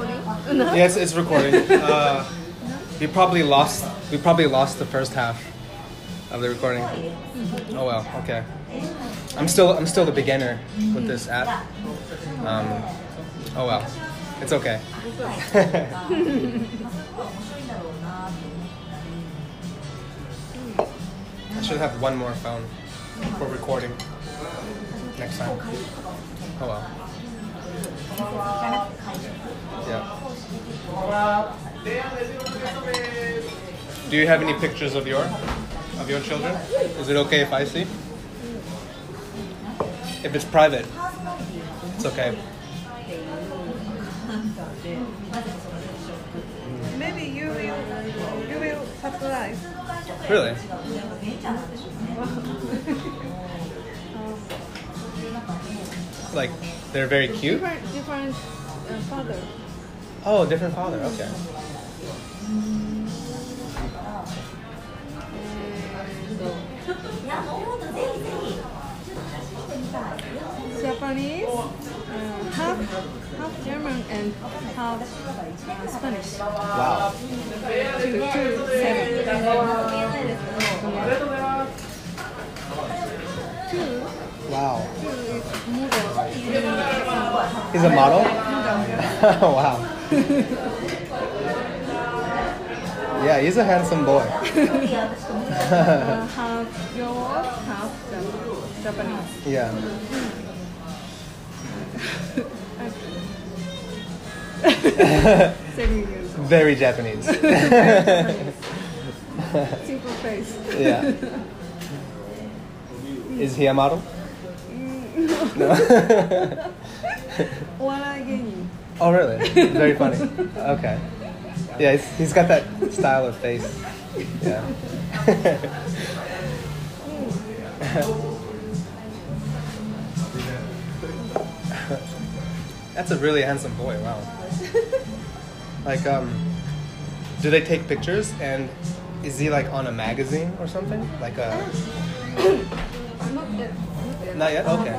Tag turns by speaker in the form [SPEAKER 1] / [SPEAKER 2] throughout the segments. [SPEAKER 1] enough?
[SPEAKER 2] Yes, it's recording. Uh, we probably lost. We probably lost the first half of the recording. Oh well. Okay. I'm still. I'm still the beginner with this app. Um, oh well. It's okay. I should have one more phone for recording next time. Oh well. Yeah. Do you have any pictures of your of your children? Is it okay if I see? If it's private, it's okay.
[SPEAKER 1] Maybe you will you will surprise.
[SPEAKER 2] Really? Like they're very cute.
[SPEAKER 1] Different different uh, father.
[SPEAKER 2] Oh, different father. Okay.
[SPEAKER 1] Uh, Japanese, uh, half half German and half uh, Spanish.
[SPEAKER 2] Wow.
[SPEAKER 1] Two two seven.
[SPEAKER 2] Wow.
[SPEAKER 1] Two
[SPEAKER 2] He's
[SPEAKER 1] is model.
[SPEAKER 2] a model. wow. yeah, he's a handsome boy.
[SPEAKER 1] Uh, half Europe, half Jap- Japanese.
[SPEAKER 2] Yeah.
[SPEAKER 1] Seven years. old.
[SPEAKER 2] Very Japanese.
[SPEAKER 1] Simple face.
[SPEAKER 2] yeah. Is he a model?
[SPEAKER 1] O笑い芸人。
[SPEAKER 2] Oh, really? Very funny. Okay. Yeah, he's, he's got that style of face. Yeah. That's a really handsome boy. Wow. Like, um, do they take pictures? And is he like on a magazine or something? Like a.
[SPEAKER 1] Not yet. Not yet.
[SPEAKER 2] Not yet. Okay.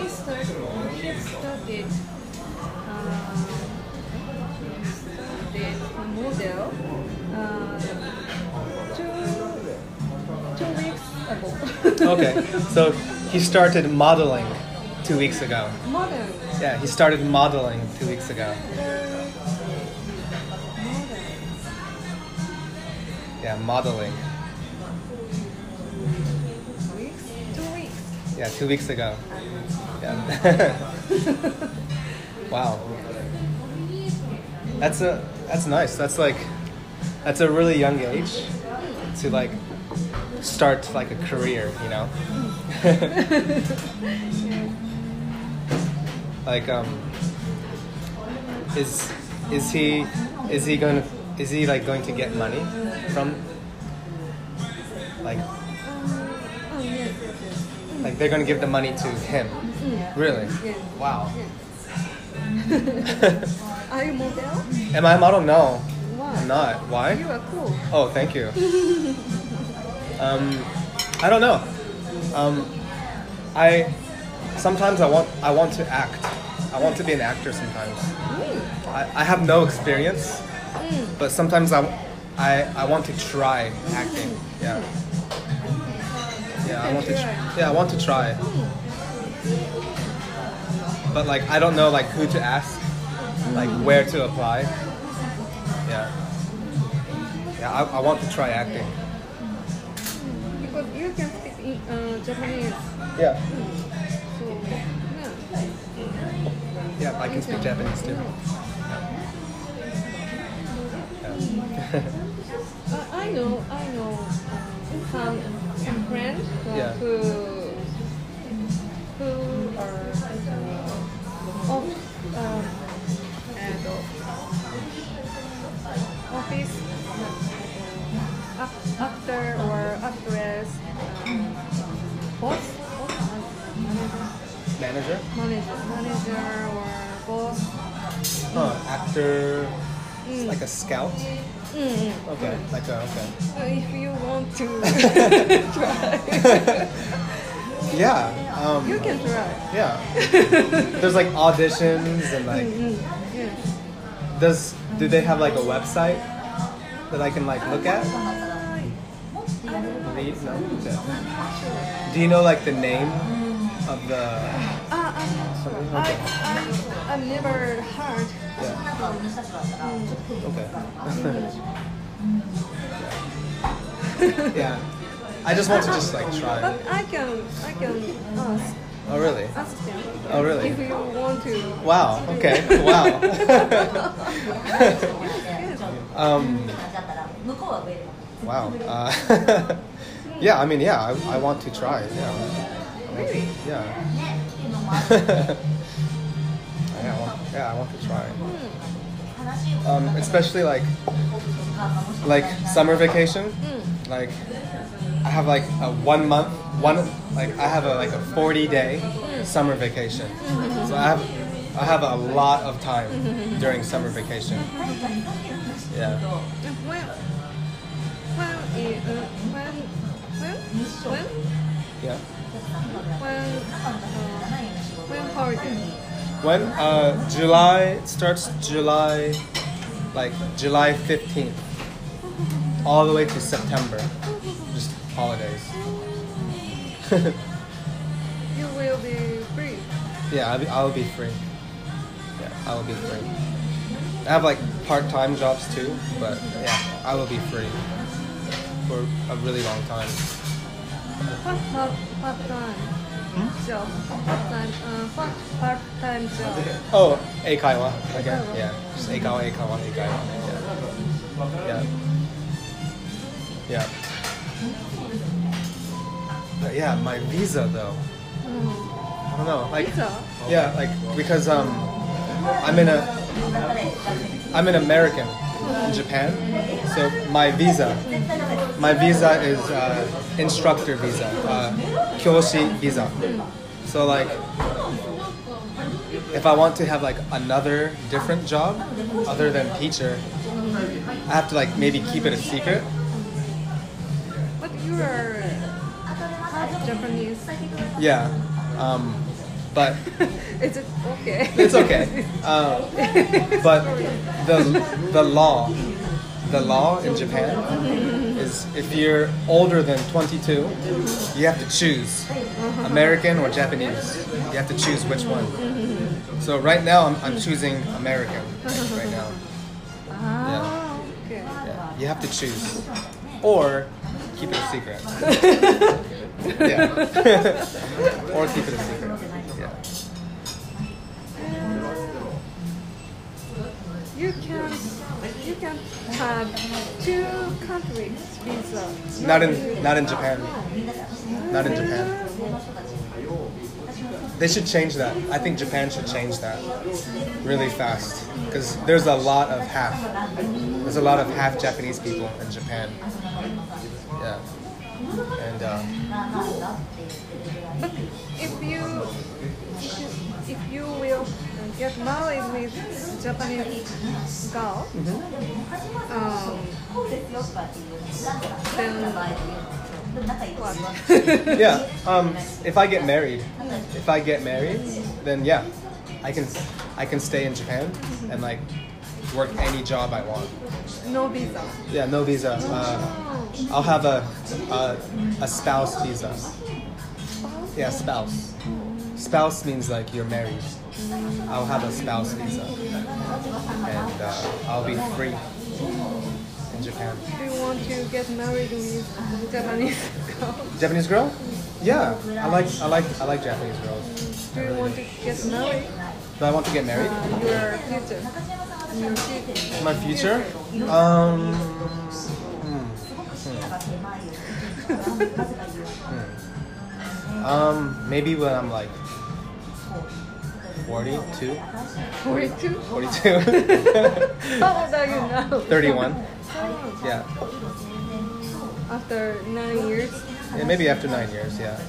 [SPEAKER 1] He started. He started. Uh, started a model uh, two two weeks ago.
[SPEAKER 2] Okay. So he started modeling two weeks ago.
[SPEAKER 1] model.
[SPEAKER 2] Yeah, he started modeling two weeks ago.
[SPEAKER 1] Model.
[SPEAKER 2] Yeah, modeling.
[SPEAKER 1] Weeks. Two weeks.
[SPEAKER 2] Yeah, two weeks ago. Yeah. wow. That's a that's nice. That's like that's a really young age to like start like a career, you know. like um is is he is he going to is he like going to get money from like
[SPEAKER 1] Oh yes, yes, yes.
[SPEAKER 2] like they're going to give the money to him. Really?
[SPEAKER 1] Yes.
[SPEAKER 2] Wow.
[SPEAKER 1] Are you model?
[SPEAKER 2] Am I a model? No.
[SPEAKER 1] Why?
[SPEAKER 2] I'm not.
[SPEAKER 1] You
[SPEAKER 2] Why?
[SPEAKER 1] are cool.
[SPEAKER 2] Oh, thank you. Um, I don't know. Um, I sometimes I want I want to act. I want to be an actor sometimes. I, I have no experience, but sometimes I, I I want to try acting. Yeah. Yeah, I want to. Tr- yeah, I want to try. But like, I don't know like who to ask, like where to apply. Yeah. Yeah, I, I want to try acting.
[SPEAKER 1] Because you can speak in, uh, Japanese,
[SPEAKER 2] Yeah.
[SPEAKER 1] so yeah.
[SPEAKER 2] Yeah, I can speak Japanese too.
[SPEAKER 1] I, I know, I know uh, some some friends uh,
[SPEAKER 2] Yeah.
[SPEAKER 1] who who are uh, off, um, and, uh, office uh, ac- actor or actress um, boss, boss
[SPEAKER 2] Manager?
[SPEAKER 1] manager manager or boss.
[SPEAKER 2] Huh. Actor.
[SPEAKER 1] Mm.
[SPEAKER 2] Like a scout?
[SPEAKER 1] Mm.
[SPEAKER 2] Okay. Like a, okay.
[SPEAKER 1] Uh, If you want to try.
[SPEAKER 2] Yeah. um,
[SPEAKER 1] You can try.
[SPEAKER 2] yeah. There's like auditions and like
[SPEAKER 1] Yeah.
[SPEAKER 2] does do they have like a website that I can like look at?
[SPEAKER 1] Uh,
[SPEAKER 2] Read? No. Okay. Do you know like the name of the?
[SPEAKER 1] Uh, I'm not sure. I, I, I've never heard.
[SPEAKER 2] Yeah. Okay. yeah. I just want to just like try.
[SPEAKER 1] But
[SPEAKER 2] it.
[SPEAKER 1] I can, I can ask,
[SPEAKER 2] Oh really?
[SPEAKER 1] ask them
[SPEAKER 2] Oh really?
[SPEAKER 1] if you want to.
[SPEAKER 2] Wow. Okay. Wow. um, wow. Uh, yeah. I mean, yeah. I, I want to try. it, Yeah.
[SPEAKER 1] Really?
[SPEAKER 2] Yeah. yeah. I want, yeah. I want to try. it. Um, especially like like summer vacation. Like I have like a one month one like I have a like a forty day summer vacation. So I have I have a lot of time during summer vacation. Yeah.
[SPEAKER 1] When, when, i- uh, when, when, when,
[SPEAKER 2] Yeah.
[SPEAKER 1] when, when holiday?
[SPEAKER 2] When uh, July it starts July like July fifteenth all the way to September. Just holidays.
[SPEAKER 1] You will be free.
[SPEAKER 2] Yeah, I'll be, I'll be free. Yeah, I will be free. I have like part-time jobs too, but yeah, I will be free for a really long time.
[SPEAKER 1] What part, part time job? Part time, uh, what part time job?
[SPEAKER 2] Oh, Eikaiwa again. Yeah, just Eikawa, Eikawa, Eikaiwa. Yeah. Yeah. Yeah. But yeah, my visa though. I don't know. Like
[SPEAKER 1] Visa?
[SPEAKER 2] Yeah, like because um I'm in a I'm an American in Japan, so my visa, my visa is uh, instructor visa, uh, kyoshi visa. So like, if I want to have like another different job other than teacher, I have to like maybe keep it a secret.
[SPEAKER 1] But you are half Japanese.
[SPEAKER 2] Yeah, um, but
[SPEAKER 1] Is it okay?
[SPEAKER 2] it's okay. Uh, but the the law, the law in Japan is if you're older than 22, you have to choose American or Japanese. You have to choose which one. So right now I'm, I'm choosing American. Right now,
[SPEAKER 1] Ah, okay.
[SPEAKER 2] yeah. you have to choose or keep it a secret. yeah, or keep it a secret. Yeah.
[SPEAKER 1] You can you can have two countries visa.
[SPEAKER 2] Not in not in Japan. Not in Japan. They should change that. I think Japan should change that really fast because there's a lot of half. There's a lot of half Japanese people in Japan. Yeah. And um,
[SPEAKER 1] But if you if you, if you will get married with Japanese girl, um,
[SPEAKER 2] yeah. Um, if I get married, if I get married, then yeah, I can I can stay in Japan and like work any job I want. Mm-hmm.
[SPEAKER 1] no visa.
[SPEAKER 2] Yeah, no visa. Uh, I'll have a, a a spouse visa. Yeah, spouse. Spouse means like you're married. I'll have a spouse visa, and uh, I'll be free in Japan.
[SPEAKER 1] Do you want to get married with Japanese girl?
[SPEAKER 2] Japanese girl? Yeah, I like I like I like Japanese girls.
[SPEAKER 1] Do you want to get married?
[SPEAKER 2] Do I want to get married?
[SPEAKER 1] Uh, your future. Your future.
[SPEAKER 2] My future? Um. hmm, hmm. Um, maybe when I'm like 42,
[SPEAKER 1] 42?
[SPEAKER 2] 42,
[SPEAKER 1] How old are you now?
[SPEAKER 2] 31. Yeah.
[SPEAKER 1] After nine years?
[SPEAKER 2] yeah, maybe after nine years, yeah.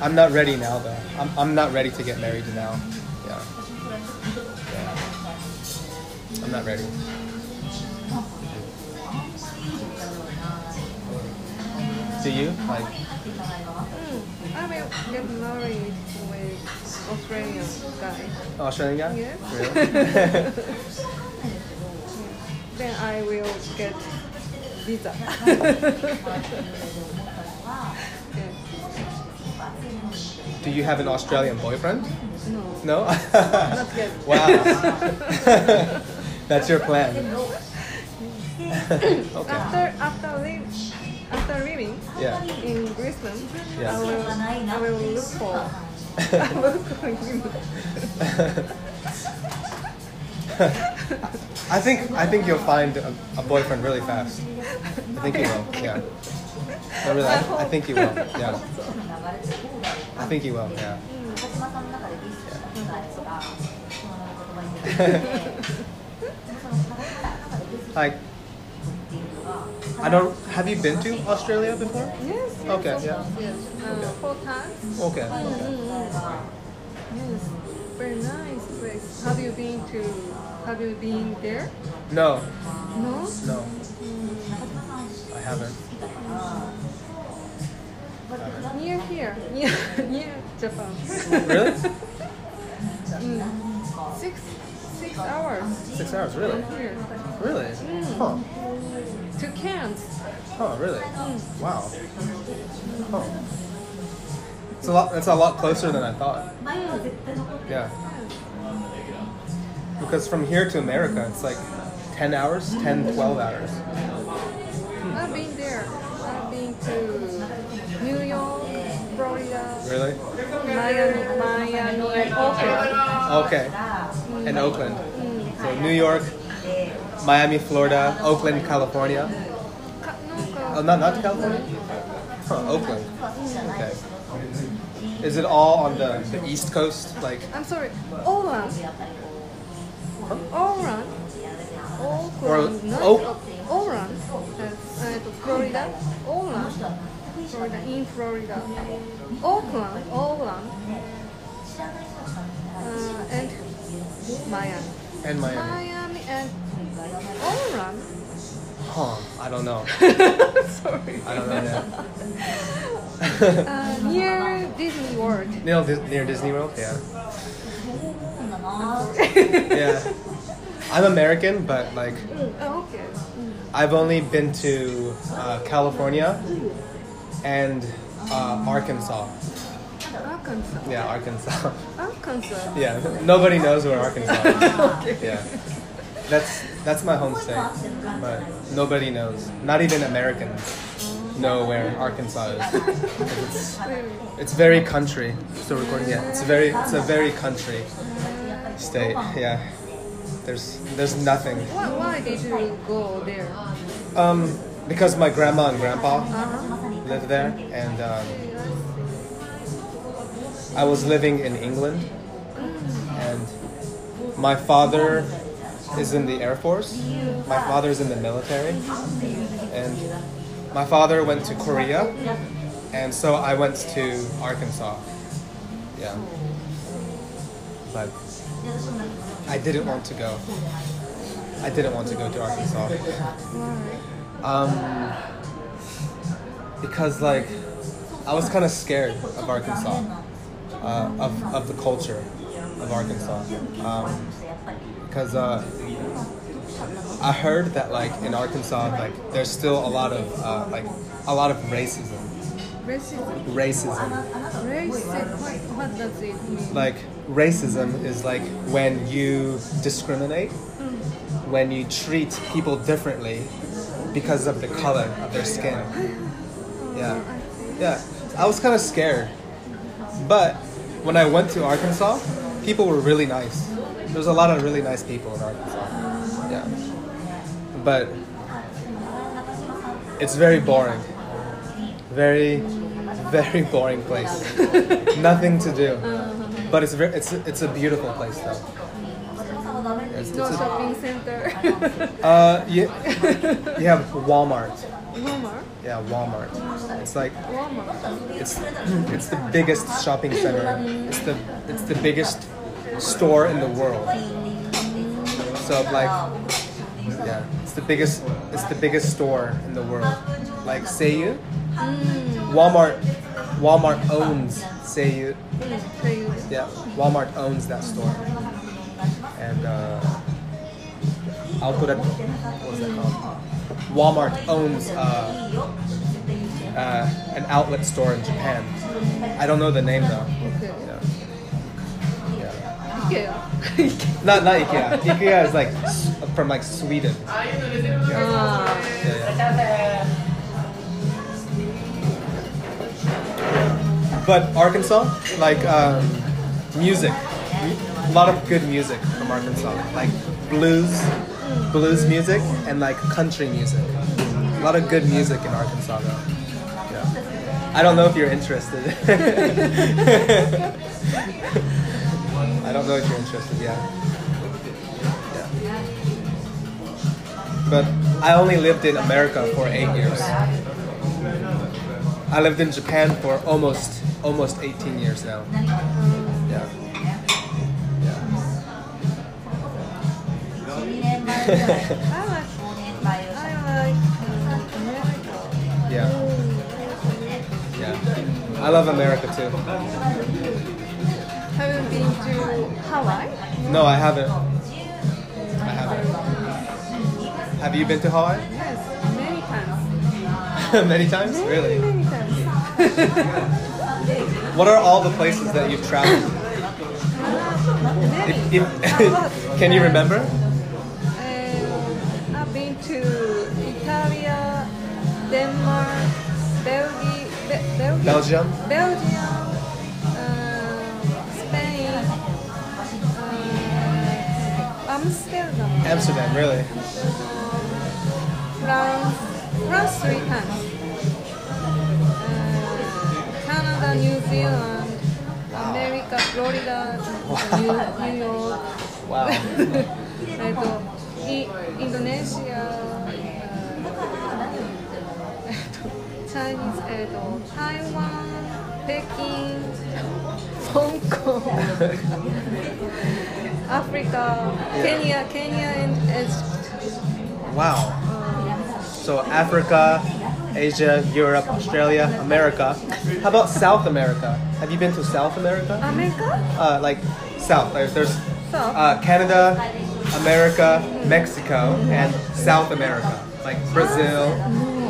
[SPEAKER 2] I'm not ready now though. I'm, I'm not ready to get married now. Yeah. yeah. I'm not ready. Do you? Like,
[SPEAKER 1] Mm, I will get married with Australian guy.
[SPEAKER 2] Australian guy?
[SPEAKER 1] Yeah.
[SPEAKER 2] Really?
[SPEAKER 1] Then I will get visa. Yeah.
[SPEAKER 2] Do you have an Australian boyfriend?
[SPEAKER 1] No,
[SPEAKER 2] No?
[SPEAKER 1] not yet.
[SPEAKER 2] wow. That's your plan. okay.
[SPEAKER 1] After after leave, after leaving
[SPEAKER 2] Yeah.
[SPEAKER 1] in Brisbane,
[SPEAKER 2] Yeah.
[SPEAKER 1] I will I will look for I will look for him.
[SPEAKER 2] I think I think you'll find a, a boyfriend really fast. I think you will. Yeah. I really, I, I think you will. Yeah. I think you will. Yeah. Like, I don't. Have you been to Australia before?
[SPEAKER 1] Yes. yes,
[SPEAKER 2] Okay,
[SPEAKER 1] of
[SPEAKER 2] yeah.
[SPEAKER 1] course, Yes. Uh, four times.
[SPEAKER 2] Okay. okay.
[SPEAKER 1] Yes. Very nice place. Have you been to? Have you been there?
[SPEAKER 2] No,
[SPEAKER 1] No.
[SPEAKER 2] no, I haven't.
[SPEAKER 1] Near here. Near near Japan.
[SPEAKER 2] Really?
[SPEAKER 1] Mm. Six six hours
[SPEAKER 2] Six hours, really?
[SPEAKER 1] from here
[SPEAKER 2] Really? Huh.
[SPEAKER 1] to Cairns.
[SPEAKER 2] Huh, really? Wow. Huh. It's a lot. It's a lot closer than I thought. Yeah. Because from here to America, it's like 10 hours, 10, 12 hours.
[SPEAKER 1] I've been there. I've been to New York, Florida,
[SPEAKER 2] Really?
[SPEAKER 1] Miami, Miami, and Oakland.
[SPEAKER 2] Okay. And Oakland. So New York, Miami, Florida, Oakland, California.
[SPEAKER 1] Ka-
[SPEAKER 2] Oh,
[SPEAKER 1] no,
[SPEAKER 2] not, not California? Huh, Oakland. Okay. Is it all on the, the East Coast? Like,
[SPEAKER 1] Ka- I'm sorry. Oran. Oran. Oakland. not
[SPEAKER 2] Oak-
[SPEAKER 1] Oak- Oran. That's, uh, Florida. Oran. Florida. In Florida. Oakland. Oran. Uh, and Miami.
[SPEAKER 2] and Miami?
[SPEAKER 1] Miami and Oran.
[SPEAKER 2] Huh, I don't know.
[SPEAKER 1] sorry.
[SPEAKER 2] I don't know. Yeah.
[SPEAKER 1] Uh, near Disney World.
[SPEAKER 2] Near, Dis- near Disney World? Yeah. Yeah. I'm American, but like,
[SPEAKER 1] Oh, okay.
[SPEAKER 2] I've only been to uh, California and uh, Arkansas.
[SPEAKER 1] Arkansas.
[SPEAKER 2] Yeah, Arkansas.
[SPEAKER 1] Arkansas.
[SPEAKER 2] yeah, nobody knows where Arkansas is. Yeah, that's that's my home state, but nobody knows. Not even Americans know where Arkansas is.
[SPEAKER 1] Very-
[SPEAKER 2] It's very country. Still recording? Yeah, it's very it's a very country state. Yeah, there's there's nothing.
[SPEAKER 1] Why, why did you go there?
[SPEAKER 2] Um, because my grandma and grandpa
[SPEAKER 1] Uh-huh.
[SPEAKER 2] lived there, and um, I was living in England, and my father is in the Air Force. My father's in the military, and my father went to Korea, and so I went to Arkansas. Yeah, but I didn't want to go. I didn't want to go to Arkansas.
[SPEAKER 1] Why?
[SPEAKER 2] Um, because like I was kind of scared of Arkansas, uh, of of the culture of Arkansas, um, because uh, I heard that like in Arkansas like there's still a lot of uh, like a lot of racism,
[SPEAKER 1] Racism.
[SPEAKER 2] racism.
[SPEAKER 1] Racism. What, what does it mean?
[SPEAKER 2] Like racism is like when you discriminate, when you treat people differently because of the color of their skin. Yeah.
[SPEAKER 1] I see.
[SPEAKER 2] Yeah, I was kind of scared. But when I went to Arkansas, people were really nice. There's a lot of really nice people in Arkansas. Yeah. But it's very boring. Very, very boring place. Nothing to do. But it's very, it's it's a beautiful place though. It's, it's
[SPEAKER 1] No
[SPEAKER 2] a-
[SPEAKER 1] shopping center.
[SPEAKER 2] uh, you, you have Walmart.
[SPEAKER 1] Walmart.
[SPEAKER 2] Yeah, Walmart. It's like
[SPEAKER 1] Walmart.
[SPEAKER 2] It's it's the biggest shopping center. It's the it's the biggest store in the world. So like yeah, it's the biggest it's the biggest store in the world. Like Seiyu, Walmart Walmart owns Seiyu.
[SPEAKER 1] Mm, they use it.
[SPEAKER 2] Yeah, Walmart owns that store. And uh, Alpura, what's that called? Walmart owns uh, uh, an outlet store in Japan. I don't know the name though.
[SPEAKER 1] Okay.
[SPEAKER 2] Yeah. yeah.
[SPEAKER 1] Ikea.
[SPEAKER 2] Not not Ikea. Ikea is like s- from like Sweden.
[SPEAKER 1] Ah.
[SPEAKER 2] Yeah, yeah. But Arkansas, like um, music, a lot of good music from Arkansas, like blues, blues music, and like country music. A lot of good music in Arkansas, though. Yeah. I don't know if you're interested. I don't know if you're interested. Yeah. yeah. But I only lived in America for eight years. I lived in Japan for almost almost 18 years now. Yeah. Yeah.
[SPEAKER 1] I like, I like uh, America.
[SPEAKER 2] Yeah. Yeah. I love America too.
[SPEAKER 1] Have you been to Hawaii?
[SPEAKER 2] No, I haven't. I haven't. Have you been to Hawaii?
[SPEAKER 1] Yes, many times.
[SPEAKER 2] Many times?
[SPEAKER 1] Many,
[SPEAKER 2] Really?
[SPEAKER 1] many times.
[SPEAKER 2] What are all the places that you've traveled?
[SPEAKER 1] Many.
[SPEAKER 2] If, if,
[SPEAKER 1] A lot.
[SPEAKER 2] can you remember?
[SPEAKER 1] And Uh, I've been to Italy, Denmark, Belgi- Be- Belgi-
[SPEAKER 2] Belgium?
[SPEAKER 1] Belgium, uh, Spain, uh, Amsterdam,
[SPEAKER 2] Amsterdam, really?
[SPEAKER 1] France, France three times, uh, Canada, New Zealand, America, Florida, New, New York.
[SPEAKER 2] Wow.
[SPEAKER 1] えっと、イインドネシア、uh, えっと、チャイニーズ、えっと、台湾、北京、香港、アフリカ、ケニア、ケニア、エジプ
[SPEAKER 2] Wow. So Africa, Asia, Europe, Australia, America. How about South America? Have you been to South America?
[SPEAKER 1] ト、アメリカ、
[SPEAKER 2] uh, like south. There's, there's
[SPEAKER 1] South.
[SPEAKER 2] uh, Canada, America, Mexico, and South America, like Brazil.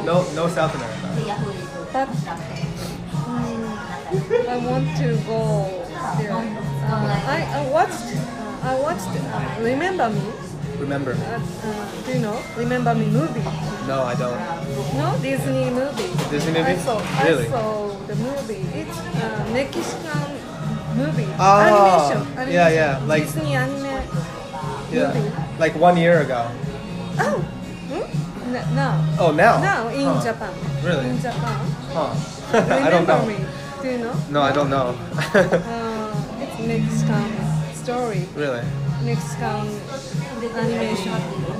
[SPEAKER 2] No, no South America.
[SPEAKER 1] バッ、うん、I want to go there.、I, Uh, I watched, I watched, remember me,
[SPEAKER 2] Remember?
[SPEAKER 1] uh, uh, do you know, remember me movie.
[SPEAKER 2] No, I don't.
[SPEAKER 1] No Disney movie.
[SPEAKER 2] Disney movie?
[SPEAKER 1] I saw,
[SPEAKER 2] Really?
[SPEAKER 1] I saw the movie. It's a Mexican movie.
[SPEAKER 2] Ah,
[SPEAKER 1] animation. animation.
[SPEAKER 2] yeah, yeah, like-
[SPEAKER 1] Disney anime.
[SPEAKER 2] Yeah, like one year ago.
[SPEAKER 1] Oh, hmm? N- now.
[SPEAKER 2] Oh, now?
[SPEAKER 1] Now in
[SPEAKER 2] Huh.
[SPEAKER 1] Japan.
[SPEAKER 2] Really?
[SPEAKER 1] In Japan.
[SPEAKER 2] Huh. I don't
[SPEAKER 1] Remember
[SPEAKER 2] know.
[SPEAKER 1] me? Do you know?
[SPEAKER 2] No, I don't know.
[SPEAKER 1] Uh, it's Mexican story.
[SPEAKER 2] really?
[SPEAKER 1] Mexican animation.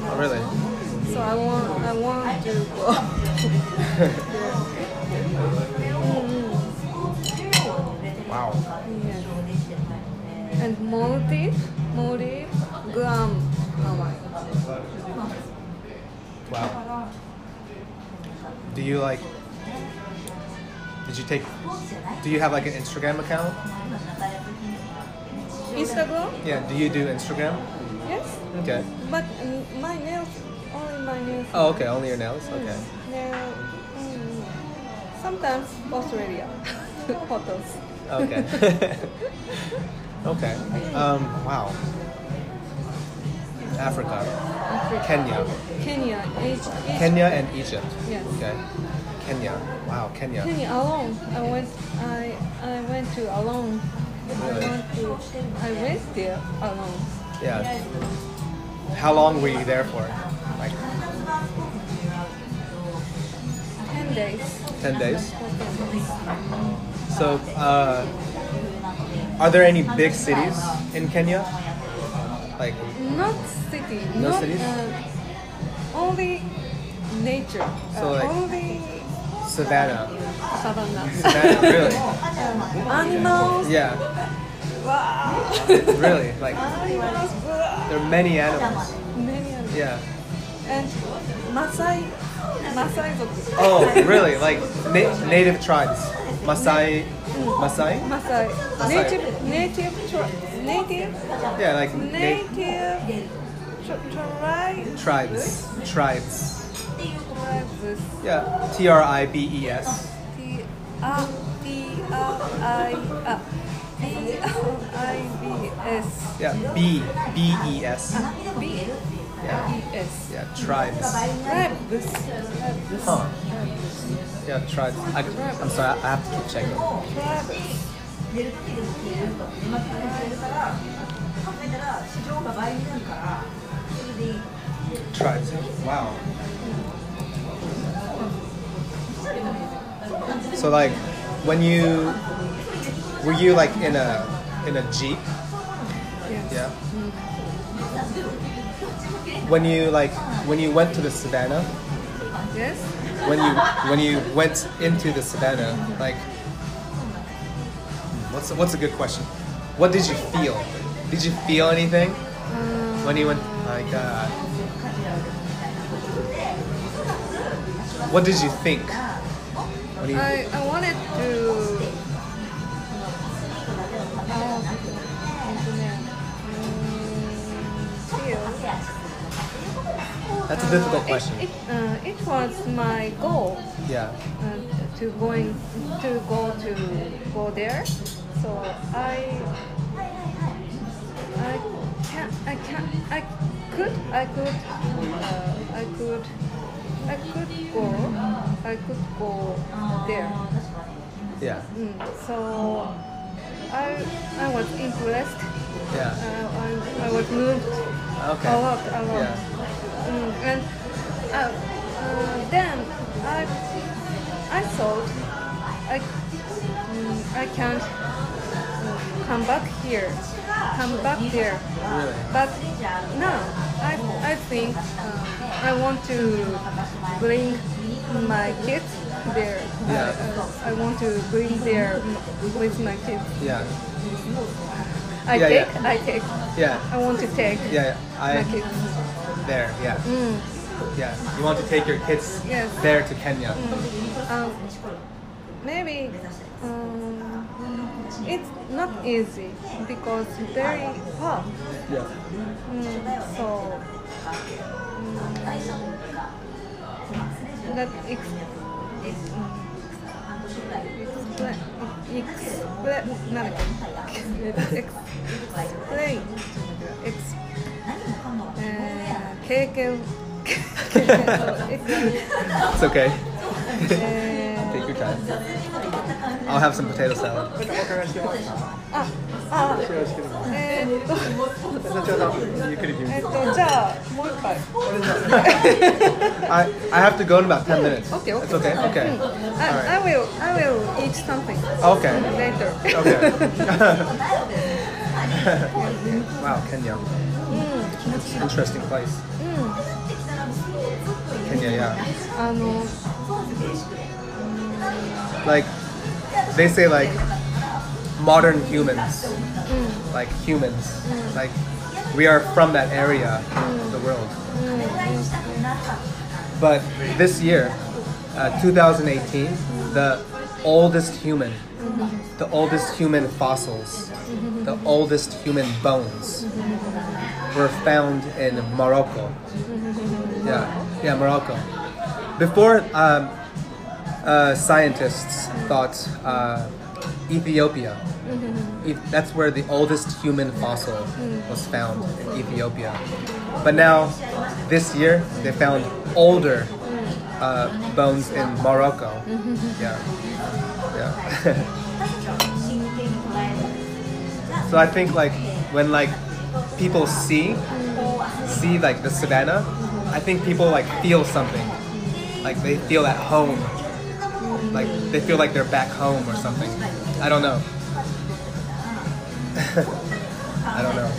[SPEAKER 2] Oh, really?
[SPEAKER 1] So I want, I want to go. Mm,
[SPEAKER 2] Wow.
[SPEAKER 1] mm, yes. And Maldives, Maldives, Guam, Hawaii.
[SPEAKER 2] Wow. Do you like? Did you take? Do you have like an Instagram account?
[SPEAKER 1] Instagram?
[SPEAKER 2] Yeah. Do you do Instagram?
[SPEAKER 1] Yes.
[SPEAKER 2] Okay.
[SPEAKER 1] But um, my nails, only my nails.
[SPEAKER 2] Oh, okay. Only your nails. Okay.
[SPEAKER 1] Nail, mm, sometimes Australia. Photos.
[SPEAKER 2] Okay. okay. Um, wow. Africa,
[SPEAKER 1] Africa.
[SPEAKER 2] Kenya,
[SPEAKER 1] Kenya. Egypt.
[SPEAKER 2] Kenya and Egypt.
[SPEAKER 1] Yes.
[SPEAKER 2] Okay. Kenya. Wow. Kenya.
[SPEAKER 1] Kenya alone. I went. I I went to alone.
[SPEAKER 2] Really?
[SPEAKER 1] I went to. I went there alone.
[SPEAKER 2] Yeah. How long were you there for? Like
[SPEAKER 1] Ten days.
[SPEAKER 2] ten days.
[SPEAKER 1] For 10 days.
[SPEAKER 2] So, uh, are there any big cities in Kenya? Like,
[SPEAKER 1] Not city.
[SPEAKER 2] No
[SPEAKER 1] not,
[SPEAKER 2] cities?
[SPEAKER 1] Uh, only nature.
[SPEAKER 2] So
[SPEAKER 1] uh,
[SPEAKER 2] like-
[SPEAKER 1] only
[SPEAKER 2] Savannah.
[SPEAKER 1] savannah.
[SPEAKER 2] Savannah, really?
[SPEAKER 1] Animals.
[SPEAKER 2] Yeah,
[SPEAKER 1] Wow.
[SPEAKER 2] really. Like,
[SPEAKER 1] Animals. wow.
[SPEAKER 2] there are many animals.
[SPEAKER 1] Many animals.
[SPEAKER 2] Yeah.
[SPEAKER 1] And Maasai Masai族。
[SPEAKER 2] Oh, really? Like na- native tribes, Maasai, Maasai?
[SPEAKER 1] Masai. Native, native, tri- native,
[SPEAKER 2] Yeah, like na-
[SPEAKER 1] native tri- tri-
[SPEAKER 2] tribes, tribes.
[SPEAKER 1] tribes.
[SPEAKER 2] Yeah, T R I B E S.
[SPEAKER 1] T R T R I uh, T R I B S
[SPEAKER 2] Yeah, B B E S.
[SPEAKER 1] B E
[SPEAKER 2] Yeah,
[SPEAKER 1] S.
[SPEAKER 2] yeah, tribes.
[SPEAKER 1] Tribes. Tribes.
[SPEAKER 2] Huh. Yeah, tribes. I, I'm sorry, I have to keep checking.
[SPEAKER 1] Tribes.
[SPEAKER 2] Tribes. Wow. So like, when you were you like in a in a jeep?
[SPEAKER 1] Yes.
[SPEAKER 2] Yeah. When you like when you went to the savannah,
[SPEAKER 1] Yes.
[SPEAKER 2] when you when you went into the savannah, like what's a, what's a good question? What did you feel? Did you feel anything
[SPEAKER 1] Uh,
[SPEAKER 2] when you went? uh, My God. What did you think? When you,
[SPEAKER 1] I, I wanted to. Uh, feel.
[SPEAKER 2] that's a difficult question.
[SPEAKER 1] It, it, uh, it was my goal
[SPEAKER 2] Yeah.
[SPEAKER 1] uh, to going to go to go there. So I I can I can I could I could uh, I could I could go I could go there.
[SPEAKER 2] Yeah.
[SPEAKER 1] Mm, so I I was impressed. Uh,
[SPEAKER 2] Yeah.
[SPEAKER 1] I, I was moved
[SPEAKER 2] Okay.
[SPEAKER 1] a lot, a lot.
[SPEAKER 2] Yeah.
[SPEAKER 1] Mm, and uh, uh, then I, I thought I, mm, I can't uh, come back here, come back there.
[SPEAKER 2] Really.
[SPEAKER 1] But now I, I think uh, I want to bring my kids there.
[SPEAKER 2] Yeah.
[SPEAKER 1] I, I want to bring there with my kids.
[SPEAKER 2] Yeah.
[SPEAKER 1] I
[SPEAKER 2] Yeah,
[SPEAKER 1] take,
[SPEAKER 2] yeah.
[SPEAKER 1] I take.
[SPEAKER 2] Yeah.
[SPEAKER 1] I want to take
[SPEAKER 2] Yeah. I
[SPEAKER 1] my kids.
[SPEAKER 2] there. Yeah.
[SPEAKER 1] Mm.
[SPEAKER 2] Yeah. You want to take your kids
[SPEAKER 1] Yes.
[SPEAKER 2] there to Kenya.
[SPEAKER 1] Um, maybe um, it's not easy because very hot.
[SPEAKER 2] Yeah.
[SPEAKER 1] Mm, so mm, that ex- explain explain not explain explain ex- uh, 経験
[SPEAKER 2] It's okay.
[SPEAKER 1] えー
[SPEAKER 2] Take your time. I'll have some potato salad.
[SPEAKER 1] あ、あ、えーっと、
[SPEAKER 2] You could have
[SPEAKER 1] えーっと、じゃあ、もう一杯。
[SPEAKER 2] I, I have to go in about 10 minutes.
[SPEAKER 1] Okay, okay.
[SPEAKER 2] It's okay?
[SPEAKER 1] うん
[SPEAKER 2] Okay.
[SPEAKER 1] I, I will, I will eat something
[SPEAKER 2] Okay.
[SPEAKER 1] later.
[SPEAKER 2] Okay. wow, Kenya.
[SPEAKER 1] Mm.
[SPEAKER 2] It's an interesting place. Kenya, yeah.
[SPEAKER 1] あの、
[SPEAKER 2] Like, they say, like, modern humans. Like, humans. Like, we are from that area of the world. But this year, uh, 2018, the oldest human, the oldest human fossils, the oldest human bones were found in Morocco. Yeah, yeah, Morocco. Before, um, uh, scientists thought uh, Ethiopia. Eth- E- That's where the oldest human fossil was found in Ethiopia. But now, this year, they found older uh, bones in Morocco. Yeah. Yeah. so I think like when like people see see like the savannah, I think people like feel something. Like they feel at home. Like they feel like they're back home or something. I don't know. I don't know.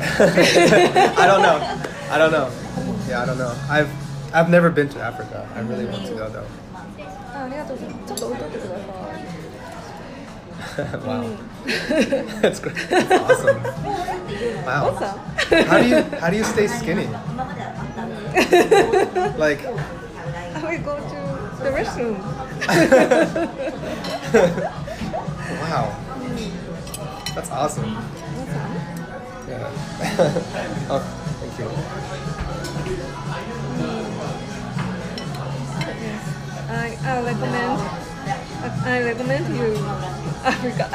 [SPEAKER 2] I don't know. I don't know. Yeah, I don't know. I've I've never been to Africa. I really want to go though.
[SPEAKER 1] あありがとうございます。ちょっと置いといてください。
[SPEAKER 2] wow, that's great. That's awesome. Wow.
[SPEAKER 1] Also,
[SPEAKER 2] How do you how do you stay skinny? like
[SPEAKER 1] I will go to the restroom.
[SPEAKER 2] wow, that's awesome. Yeah. oh, thank you.
[SPEAKER 1] I, I recommend I I recommend you Africa.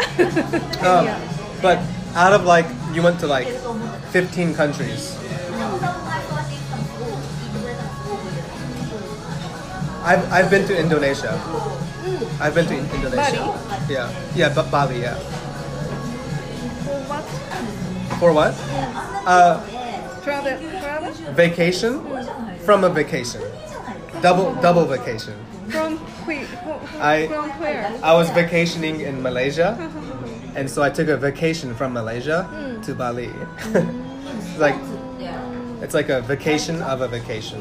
[SPEAKER 2] Um,
[SPEAKER 1] yeah.
[SPEAKER 2] But out of like you went to like 15 countries. I've I've been to Indonesia. I've been to Indonesia. Yeah, yeah, but Bali, yeah.
[SPEAKER 1] For
[SPEAKER 2] For
[SPEAKER 1] what
[SPEAKER 2] what? Uh,
[SPEAKER 1] travel travel
[SPEAKER 2] vacation from a vacation, double double vacation.
[SPEAKER 1] from where from,
[SPEAKER 2] I-
[SPEAKER 1] from where?
[SPEAKER 2] I was vacationing in Malaysia, and so I took a vacation from Malaysia to Bali. It's like it's like a vacation of a vacation,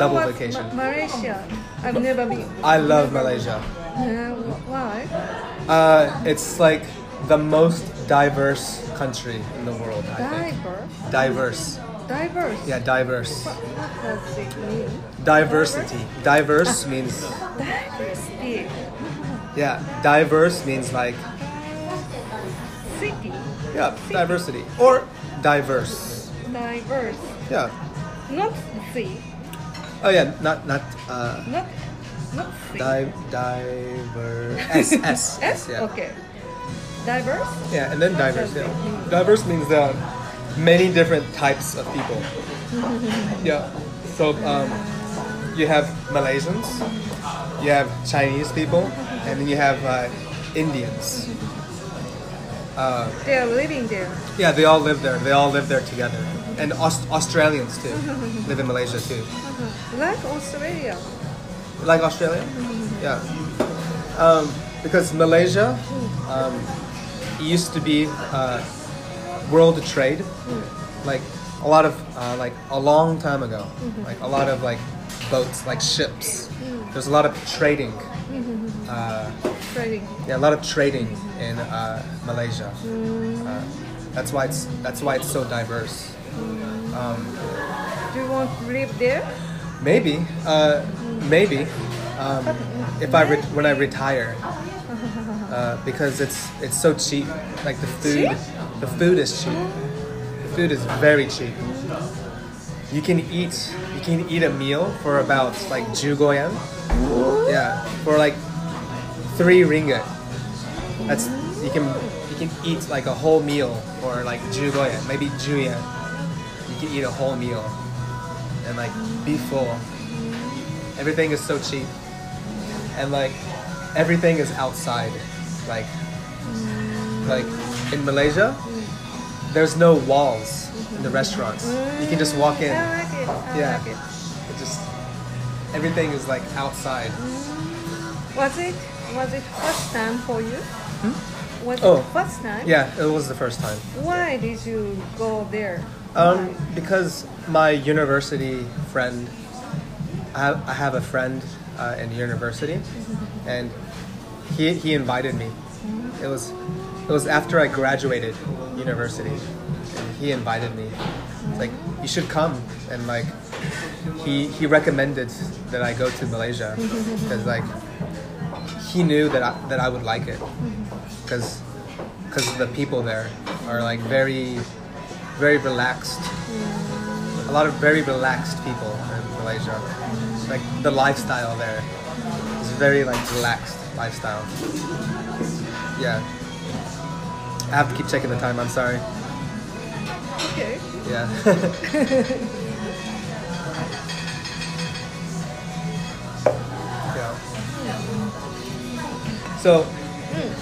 [SPEAKER 2] double
[SPEAKER 1] What was
[SPEAKER 2] vacation.
[SPEAKER 1] Ma- Malaysia. I've never been.
[SPEAKER 2] I love Malaysia.
[SPEAKER 1] Uh, why?
[SPEAKER 2] Uh, it's like the most diverse country in the world. I think.
[SPEAKER 1] Diverse.
[SPEAKER 2] Diverse.
[SPEAKER 1] Diverse.
[SPEAKER 2] Yeah, diverse.
[SPEAKER 1] What, what does it mean?
[SPEAKER 2] Diversity. Diverse means
[SPEAKER 1] Diversity.
[SPEAKER 2] yeah. Diverse means like
[SPEAKER 1] City.
[SPEAKER 2] yeah. Diversity or diverse.
[SPEAKER 1] Diverse.
[SPEAKER 2] Yeah.
[SPEAKER 1] Not city.
[SPEAKER 2] Oh yeah. Not not uh.
[SPEAKER 1] Not not city.
[SPEAKER 2] Di- diverse. S S
[SPEAKER 1] S?
[SPEAKER 2] Yeah.
[SPEAKER 1] Okay. Diverse?
[SPEAKER 2] Yeah, and then diverse. Yeah. Diverse means uh, many different types of people. yeah. So um, you have Malaysians, you have Chinese people, and then you have uh, Indians. Uh,
[SPEAKER 1] They are living there.
[SPEAKER 2] yeah, they all live there. They all live there together. And Aus- Australians too live in Malaysia too.
[SPEAKER 1] Like Australia.
[SPEAKER 2] Like Australia? Yeah. Um, because Malaysia um, used to be uh, world trade, like a lot of, uh, like a long time ago, like a lot of like boats, like ships. There's a lot of trading. Uh,
[SPEAKER 1] Trading.
[SPEAKER 2] yeah, a lot of trading in uh, Malaysia. Uh, that's why it's that's why it's so diverse.
[SPEAKER 1] Do you want to live there?
[SPEAKER 2] Maybe, uh, maybe, um, if I re- when I retire, uh, because it's it's so cheap. Like the food, the food is cheap. The food is very cheap. You can eat you can eat a meal for about like jugoyan, yeah, for like three ringgit. That's you can you can eat like a whole meal or like jugoyan, maybe juyen. You can eat a whole meal and like be full. Everything is so cheap, and like everything is outside. Like, like in Malaysia, there's no walls in the restaurants. You can just walk in.
[SPEAKER 1] I like it. I
[SPEAKER 2] Yeah.
[SPEAKER 1] like it.
[SPEAKER 2] It just everything is like outside.
[SPEAKER 1] Was it was it first time for you? Was
[SPEAKER 2] Oh.
[SPEAKER 1] it first time?
[SPEAKER 2] Yeah, it was the first time.
[SPEAKER 1] Why did you go there?
[SPEAKER 2] Um, because my university friend, I have, I have a friend uh, in university, and he, he invited me. It was it was after I graduated university, and he invited me. Like you should come, and like he he recommended that I go to Malaysia because like he knew that I, that I would like it because because the people there are like very very relaxed a lot of very relaxed people in malaysia like the lifestyle there is very like relaxed lifestyle yeah i have to keep checking the time i'm sorry
[SPEAKER 1] Okay.
[SPEAKER 2] yeah yeah so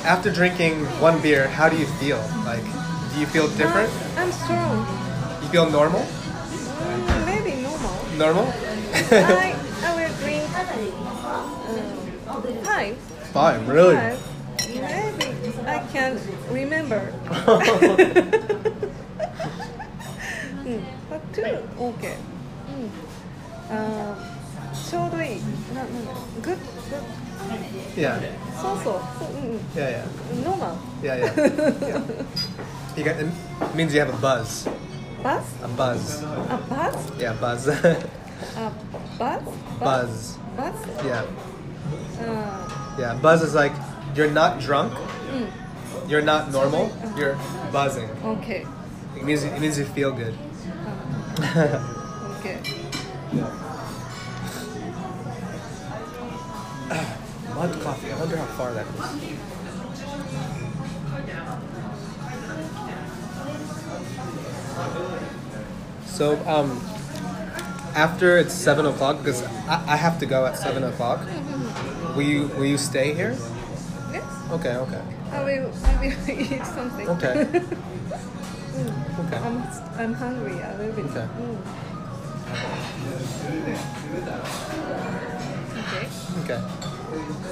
[SPEAKER 2] after drinking one beer how do you feel like do you feel different
[SPEAKER 1] I'm, I'm strong.
[SPEAKER 2] you feel normal?
[SPEAKER 1] Mm, maybe normal.
[SPEAKER 2] Normal?
[SPEAKER 1] I, I will drink uh, five.
[SPEAKER 2] Fine, really?
[SPEAKER 1] Five. Maybe I can't remember. Hmm. Mm, but two. Okay. Mm. Uh, ちょうどいい。Hmm. no, no, no. Good, good.
[SPEAKER 2] Yeah,
[SPEAKER 1] So, so. so mm,
[SPEAKER 2] yeah, yeah,
[SPEAKER 1] mm, normal.
[SPEAKER 2] yeah, yeah. You got, it means you have a buzz.
[SPEAKER 1] Buzz?
[SPEAKER 2] A buzz.
[SPEAKER 1] A buzz?
[SPEAKER 2] Yeah, buzz.
[SPEAKER 1] A buzz?
[SPEAKER 2] buzz.
[SPEAKER 1] Buzz?
[SPEAKER 2] Yeah,
[SPEAKER 1] Uh,
[SPEAKER 2] yeah. Buzz is like you're not drunk. You're not normal. You're buzzing.
[SPEAKER 1] okay.
[SPEAKER 2] It means it means you feel good.
[SPEAKER 1] Okay.
[SPEAKER 2] Mud coffee. I wonder how far that is. So um, after it's seven o'clock, because I, I have to go at seven o'clock. Will you will you stay here?
[SPEAKER 1] Yes.
[SPEAKER 2] Okay, okay,
[SPEAKER 1] I will, I will eat something.
[SPEAKER 2] Okay. okay.
[SPEAKER 1] I'm, I'm hungry a little bit.
[SPEAKER 2] Okay.
[SPEAKER 1] Mm.
[SPEAKER 2] Okay.
[SPEAKER 1] Okay.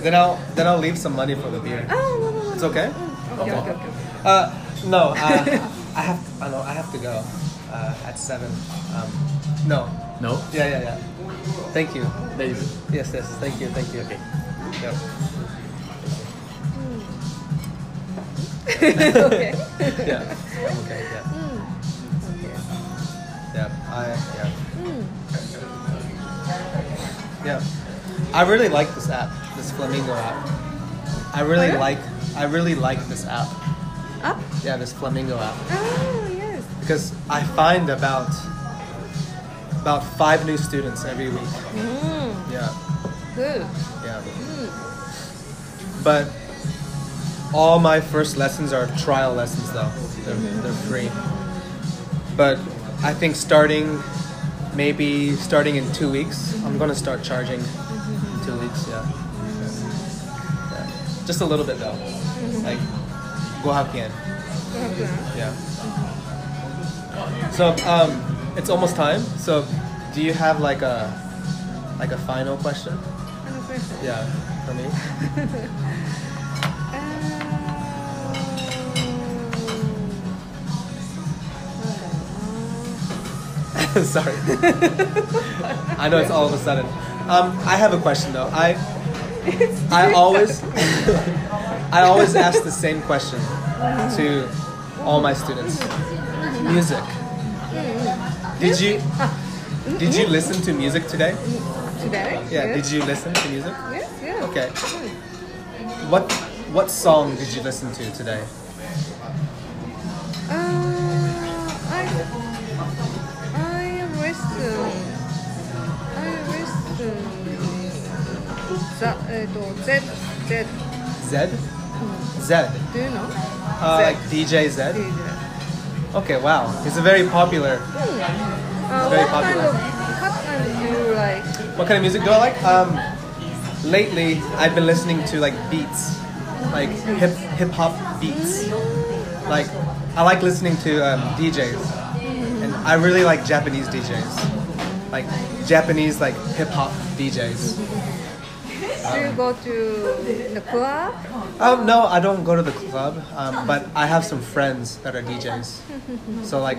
[SPEAKER 2] Then I'll then I'll leave some money for the beer.
[SPEAKER 1] Oh, no, no, no.
[SPEAKER 2] It's
[SPEAKER 1] no.
[SPEAKER 2] okay?
[SPEAKER 1] Mm, Okay,
[SPEAKER 2] Okay.
[SPEAKER 1] okay, okay. okay.
[SPEAKER 2] Uh, no, uh, I have. I know. I have to go uh, at seven. Um, no.
[SPEAKER 3] No?
[SPEAKER 2] Yeah, yeah, yeah. Thank you.
[SPEAKER 3] David.
[SPEAKER 2] Yes, yes. Thank you. Thank you.
[SPEAKER 3] Okay.
[SPEAKER 2] Yep.
[SPEAKER 1] okay.
[SPEAKER 2] Yeah. I'm okay. Yeah.
[SPEAKER 1] Mm. Okay.
[SPEAKER 2] Yeah. I. Yeah.
[SPEAKER 1] Mm.
[SPEAKER 2] Yeah. I really like this app, this flamingo app. I really
[SPEAKER 1] Pardon?
[SPEAKER 2] like. I really like this app.
[SPEAKER 1] Up?
[SPEAKER 2] Yeah, this flamingo app.
[SPEAKER 1] Oh, yes.
[SPEAKER 2] because I find about about five new students every week.
[SPEAKER 1] Mm.
[SPEAKER 2] Yeah,
[SPEAKER 1] Good.
[SPEAKER 2] yeah.
[SPEAKER 1] Mm.
[SPEAKER 2] But all my first lessons are trial lessons, though. They're, they're free. But I think starting maybe starting in two weeks, I'm gonna start charging. In two weeks, yeah. yeah. Just a little bit though, like guahakian. Yeah. So um, it's almost time. So do you have like a like a final question?
[SPEAKER 1] Another question.
[SPEAKER 2] Yeah, for me.
[SPEAKER 1] Um, I
[SPEAKER 2] Sorry. I know it's all of a sudden. Um, I have a question though. I I always I always ask the same question to all my students. Music. Did you did you listen to music today?
[SPEAKER 1] don't know. Today?
[SPEAKER 2] Yeah, did you listen to music?
[SPEAKER 1] Yes, yeah.
[SPEAKER 2] Okay.
[SPEAKER 1] Mm.
[SPEAKER 2] What what song did you listen to today?
[SPEAKER 1] Uh, I I listen I listen the, uh, to Z Z
[SPEAKER 2] Zed? Zed.
[SPEAKER 1] do you know?
[SPEAKER 2] Uh,
[SPEAKER 1] Zed.
[SPEAKER 2] like DJ Hmm. Zed? Mm.
[SPEAKER 1] Uh,
[SPEAKER 2] Okay, wow. He's a very popular. very
[SPEAKER 1] what kind
[SPEAKER 2] popular.
[SPEAKER 1] of what kind do you like?
[SPEAKER 2] What kind of music do I like? Um, lately, I've been listening to like beats, like hip hip hop beats. Like I like listening to um, DJs, and I really like Japanese DJs, like Japanese like hip hop DJs.
[SPEAKER 1] Do you go to the club?
[SPEAKER 2] Um, no, I don't go to the club, um, but I have some friends that are DJs, so like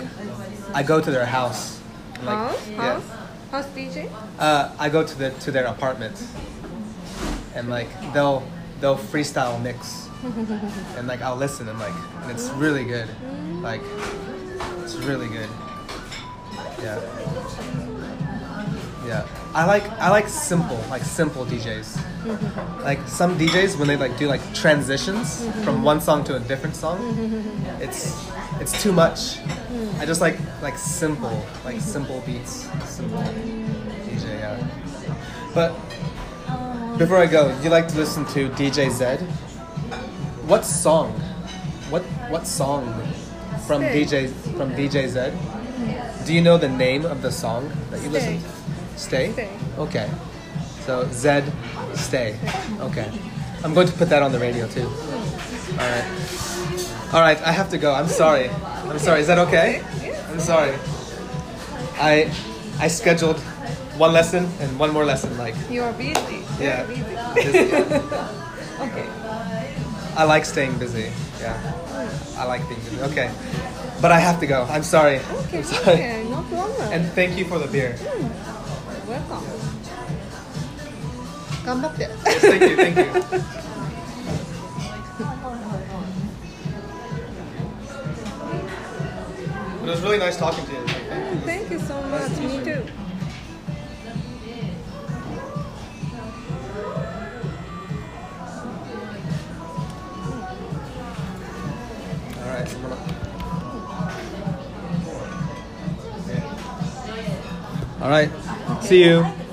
[SPEAKER 2] I go to their house. and, like,
[SPEAKER 1] house?
[SPEAKER 2] yeah.
[SPEAKER 1] House? House DJ?
[SPEAKER 2] Uh, I go to the to their apartment, and like they'll they'll freestyle mix, and like I'll listen and like and it's really good, like it's really good. Yeah, yeah. I like I like simple like simple DJs. Like some DJs when they like do like transitions from one song to a different song, it's it's too much. I just like like simple like simple beats simple. DJ, yeah. But before I go, you like to listen to DJ Zed? What song? What what song from
[SPEAKER 1] Stay.
[SPEAKER 2] DJ from DJ Zed? Do you know the name of the song that you listen to? Stay?
[SPEAKER 1] Stay.
[SPEAKER 2] Okay. So Zed Stay. Okay. I'm going to put that on the radio too. Alright. Alright, I have to go. I'm sorry. I'm sorry. Is that okay? I'm sorry. I I scheduled one lesson and one more lesson like
[SPEAKER 1] You are busy. You
[SPEAKER 2] Yeah.
[SPEAKER 1] are busy. okay.
[SPEAKER 2] I like staying busy. Yeah. I like being busy. Okay. But I have to go. I'm sorry.
[SPEAKER 1] Okay,
[SPEAKER 2] I'm sorry.
[SPEAKER 1] okay, no problem.
[SPEAKER 2] And thank you for the beer.
[SPEAKER 1] Welcome. 頑張って。
[SPEAKER 2] Thank you, thank you. But it was really nice talking to you.
[SPEAKER 1] Thank you so much. Me too.
[SPEAKER 2] All right, so I'm gonna. All right, see you.